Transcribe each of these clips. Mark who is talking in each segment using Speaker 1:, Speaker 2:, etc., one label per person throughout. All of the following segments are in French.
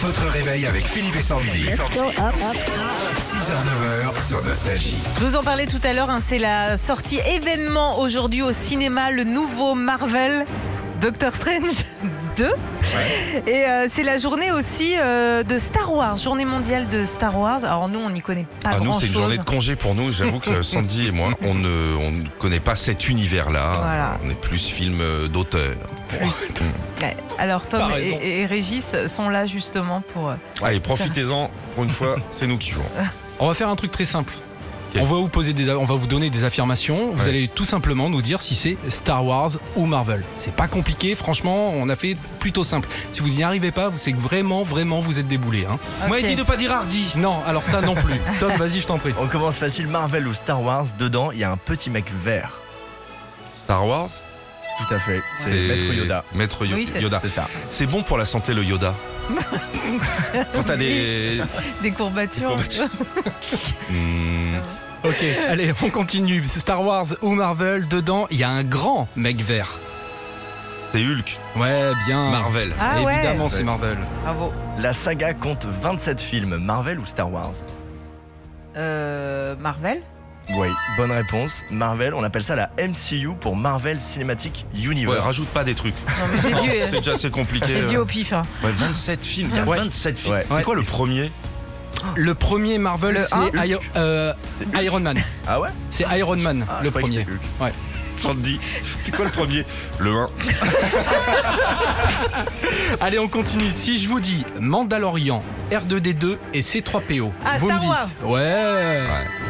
Speaker 1: Votre réveil avec Philippe et Sandy.
Speaker 2: Let's go up, up.
Speaker 1: 6h, 9h sur Nostalgie.
Speaker 3: Je vous en parlais tout à l'heure, hein, c'est la sortie événement aujourd'hui au cinéma, le nouveau Marvel Doctor Strange 2. Et euh, c'est la journée aussi euh, de Star Wars, journée mondiale de Star Wars. Alors nous, on n'y connaît pas
Speaker 4: Ah, nous,
Speaker 3: grand
Speaker 4: c'est une
Speaker 3: chose.
Speaker 4: journée de congé pour nous. J'avoue que Sandy et moi, on ne, on ne connaît pas cet univers-là.
Speaker 3: Voilà.
Speaker 4: On est plus film euh, d'auteur.
Speaker 3: Ouais. Alors Tom et, et Régis sont là justement pour. euh,
Speaker 4: Allez, profitez-en. Pour une fois, c'est nous qui jouons.
Speaker 5: On va faire un truc très simple.
Speaker 4: Ok.
Speaker 5: On va vous poser des, on va vous donner des affirmations. Vous
Speaker 4: Ouais.
Speaker 5: allez tout simplement nous dire si c'est Star Wars ou Marvel. C'est pas compliqué, franchement, on a fait plutôt simple. Si vous n'y arrivez pas, vous- c'est que vraiment, vraiment, vous êtes déboulé. Hein.
Speaker 3: ok.
Speaker 4: pas dire Hardy.
Speaker 5: Non, alors ça non plus. Tom, vas-y, je t'en prie.
Speaker 6: On commence facile, Marvel ou Star Wars, dedans il y a un petit mec vert.
Speaker 4: Star Wars,
Speaker 6: Tout à fait, c'est
Speaker 4: c'est
Speaker 6: Maître Yoda.
Speaker 4: Maître Yo-
Speaker 3: Oui, c'est
Speaker 4: Yoda.
Speaker 6: C'est ça.
Speaker 4: C'est bon pour la santé le Yoda. Quand t'as des.
Speaker 3: des courbatures.
Speaker 4: Des courbatures. Hmm,
Speaker 5: Ok, allez, on continue. Star Wars ou Marvel, dedans, il y a un grand mec vert.
Speaker 4: c'est Hulk.
Speaker 5: Ouais, bien.
Speaker 4: Marvel.
Speaker 3: Ah ouais.
Speaker 5: Évidemment, c'est Marvel.
Speaker 3: Bravo.
Speaker 6: La saga compte 27 films, Marvel ou Star Wars
Speaker 3: Euh, Marvel.
Speaker 6: Oui, bonne réponse. Marvel, on appelle ça la MCU pour Marvel Cinematic
Speaker 4: Ouais,
Speaker 6: Universe.
Speaker 4: rajoute pas des trucs.
Speaker 3: Non mais j'ai
Speaker 4: C'est
Speaker 3: dit, euh,
Speaker 4: déjà assez compliqué.
Speaker 3: j'ai dit
Speaker 4: euh.
Speaker 3: au pif. hein.
Speaker 4: Ouais, 27 films. Il y a
Speaker 6: Ouais.
Speaker 4: 27 films.
Speaker 6: Ouais.
Speaker 4: C'est
Speaker 5: Ouais.
Speaker 4: quoi le premier
Speaker 5: Le premier Marvel,
Speaker 3: Le
Speaker 5: c'est Iron, euh, Iron Man.
Speaker 6: Ah ouais
Speaker 5: C'est Iron Man,
Speaker 6: Ah, je
Speaker 5: le
Speaker 6: croyais que
Speaker 5: premier.
Speaker 6: c'était Hulk.
Speaker 4: Sandy, c'est quoi le premier Le 1.
Speaker 5: Allez, on continue. Si je vous dis Mandalorian, R2D2 et C3PO,
Speaker 3: Ah,
Speaker 5: vous me
Speaker 3: Star
Speaker 5: dites.
Speaker 3: Wars.
Speaker 5: Ouais.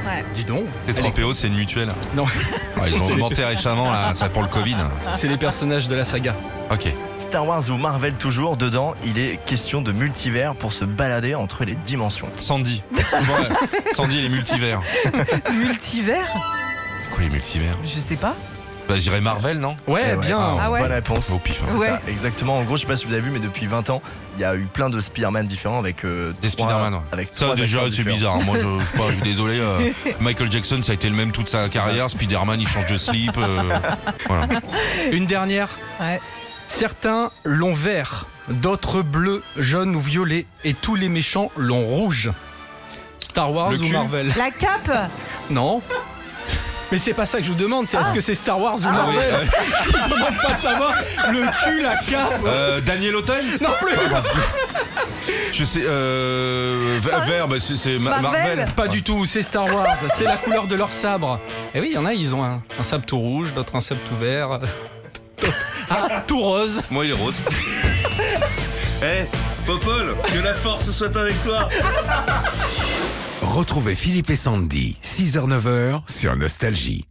Speaker 3: Ouais.
Speaker 5: Dis donc.
Speaker 4: C'est
Speaker 5: Elle
Speaker 4: 3PO, c'est une mutuelle.
Speaker 5: est- Non,
Speaker 4: Ah, ils ont augmenté récemment, là, ça pour le Covid.
Speaker 5: c'est les personnages de la saga.
Speaker 4: Ok.
Speaker 6: Star Wars ou Marvel toujours, dedans il est question de multivers pour se balader entre les dimensions.
Speaker 4: Sandy. Souvent, euh, Sandy et les multivers.
Speaker 3: Multivers.
Speaker 4: C'est quoi les multivers
Speaker 3: Je sais pas.
Speaker 4: Bah, j'irais Marvel, non
Speaker 5: Ouais,
Speaker 6: Eh ouais.
Speaker 5: bien.
Speaker 3: Ah ouais.
Speaker 6: Bonne réponse.
Speaker 4: Au pif. hein.
Speaker 6: C'est
Speaker 3: Ouais.
Speaker 6: ça, exactement. En gros, je sais pas si vous avez vu, mais depuis 20 ans, il y a eu plein de Spider-Man différents avec euh,
Speaker 4: Des
Speaker 6: trois-
Speaker 4: Spider-Man, ouais.
Speaker 6: Avec
Speaker 4: Ça,
Speaker 6: trois
Speaker 4: déjà,
Speaker 6: acteurs
Speaker 4: c'est
Speaker 6: différents.
Speaker 4: bizarre. Moi, je, je sais pas, je suis désolé. euh, Michael Jackson, ça a été le même toute sa carrière. Spider-Man, il change de slip. euh,
Speaker 6: Ah,
Speaker 4: voilà.
Speaker 5: Une dernière.
Speaker 3: Ouais.
Speaker 5: Certains l'ont vert, d'autres bleu, jaune ou violet, et tous les méchants l'ont rouge. Star Wars
Speaker 4: Le
Speaker 5: ou
Speaker 4: cul
Speaker 5: Marvel
Speaker 3: La cape.
Speaker 5: Non. Mais c'est pas ça que je vous demande, c'est est-ce que c'est Star Wars ou Marvel
Speaker 4: Oui, euh,
Speaker 5: Je demande pas de savoir le cul, la cape.
Speaker 4: euh, Daniel Auteuil
Speaker 5: Non plus.
Speaker 4: Je sais. Euh, ver- vert, bah, c'est- c'est Ma-
Speaker 3: Marvel.
Speaker 4: Marvel.
Speaker 5: Pas du tout, c'est Star Wars, c'est la couleur de leur sabre. Et oui, il y en a, ils ont un, un sabre tout rouge, d'autres un sabre tout vert. Ah, tout rose.
Speaker 4: Moi, il est rose. Eh, Popol, que la force soit avec toi.
Speaker 1: Retrouvez Philippe et Sandy, 6h, 9h sur Nostalgie.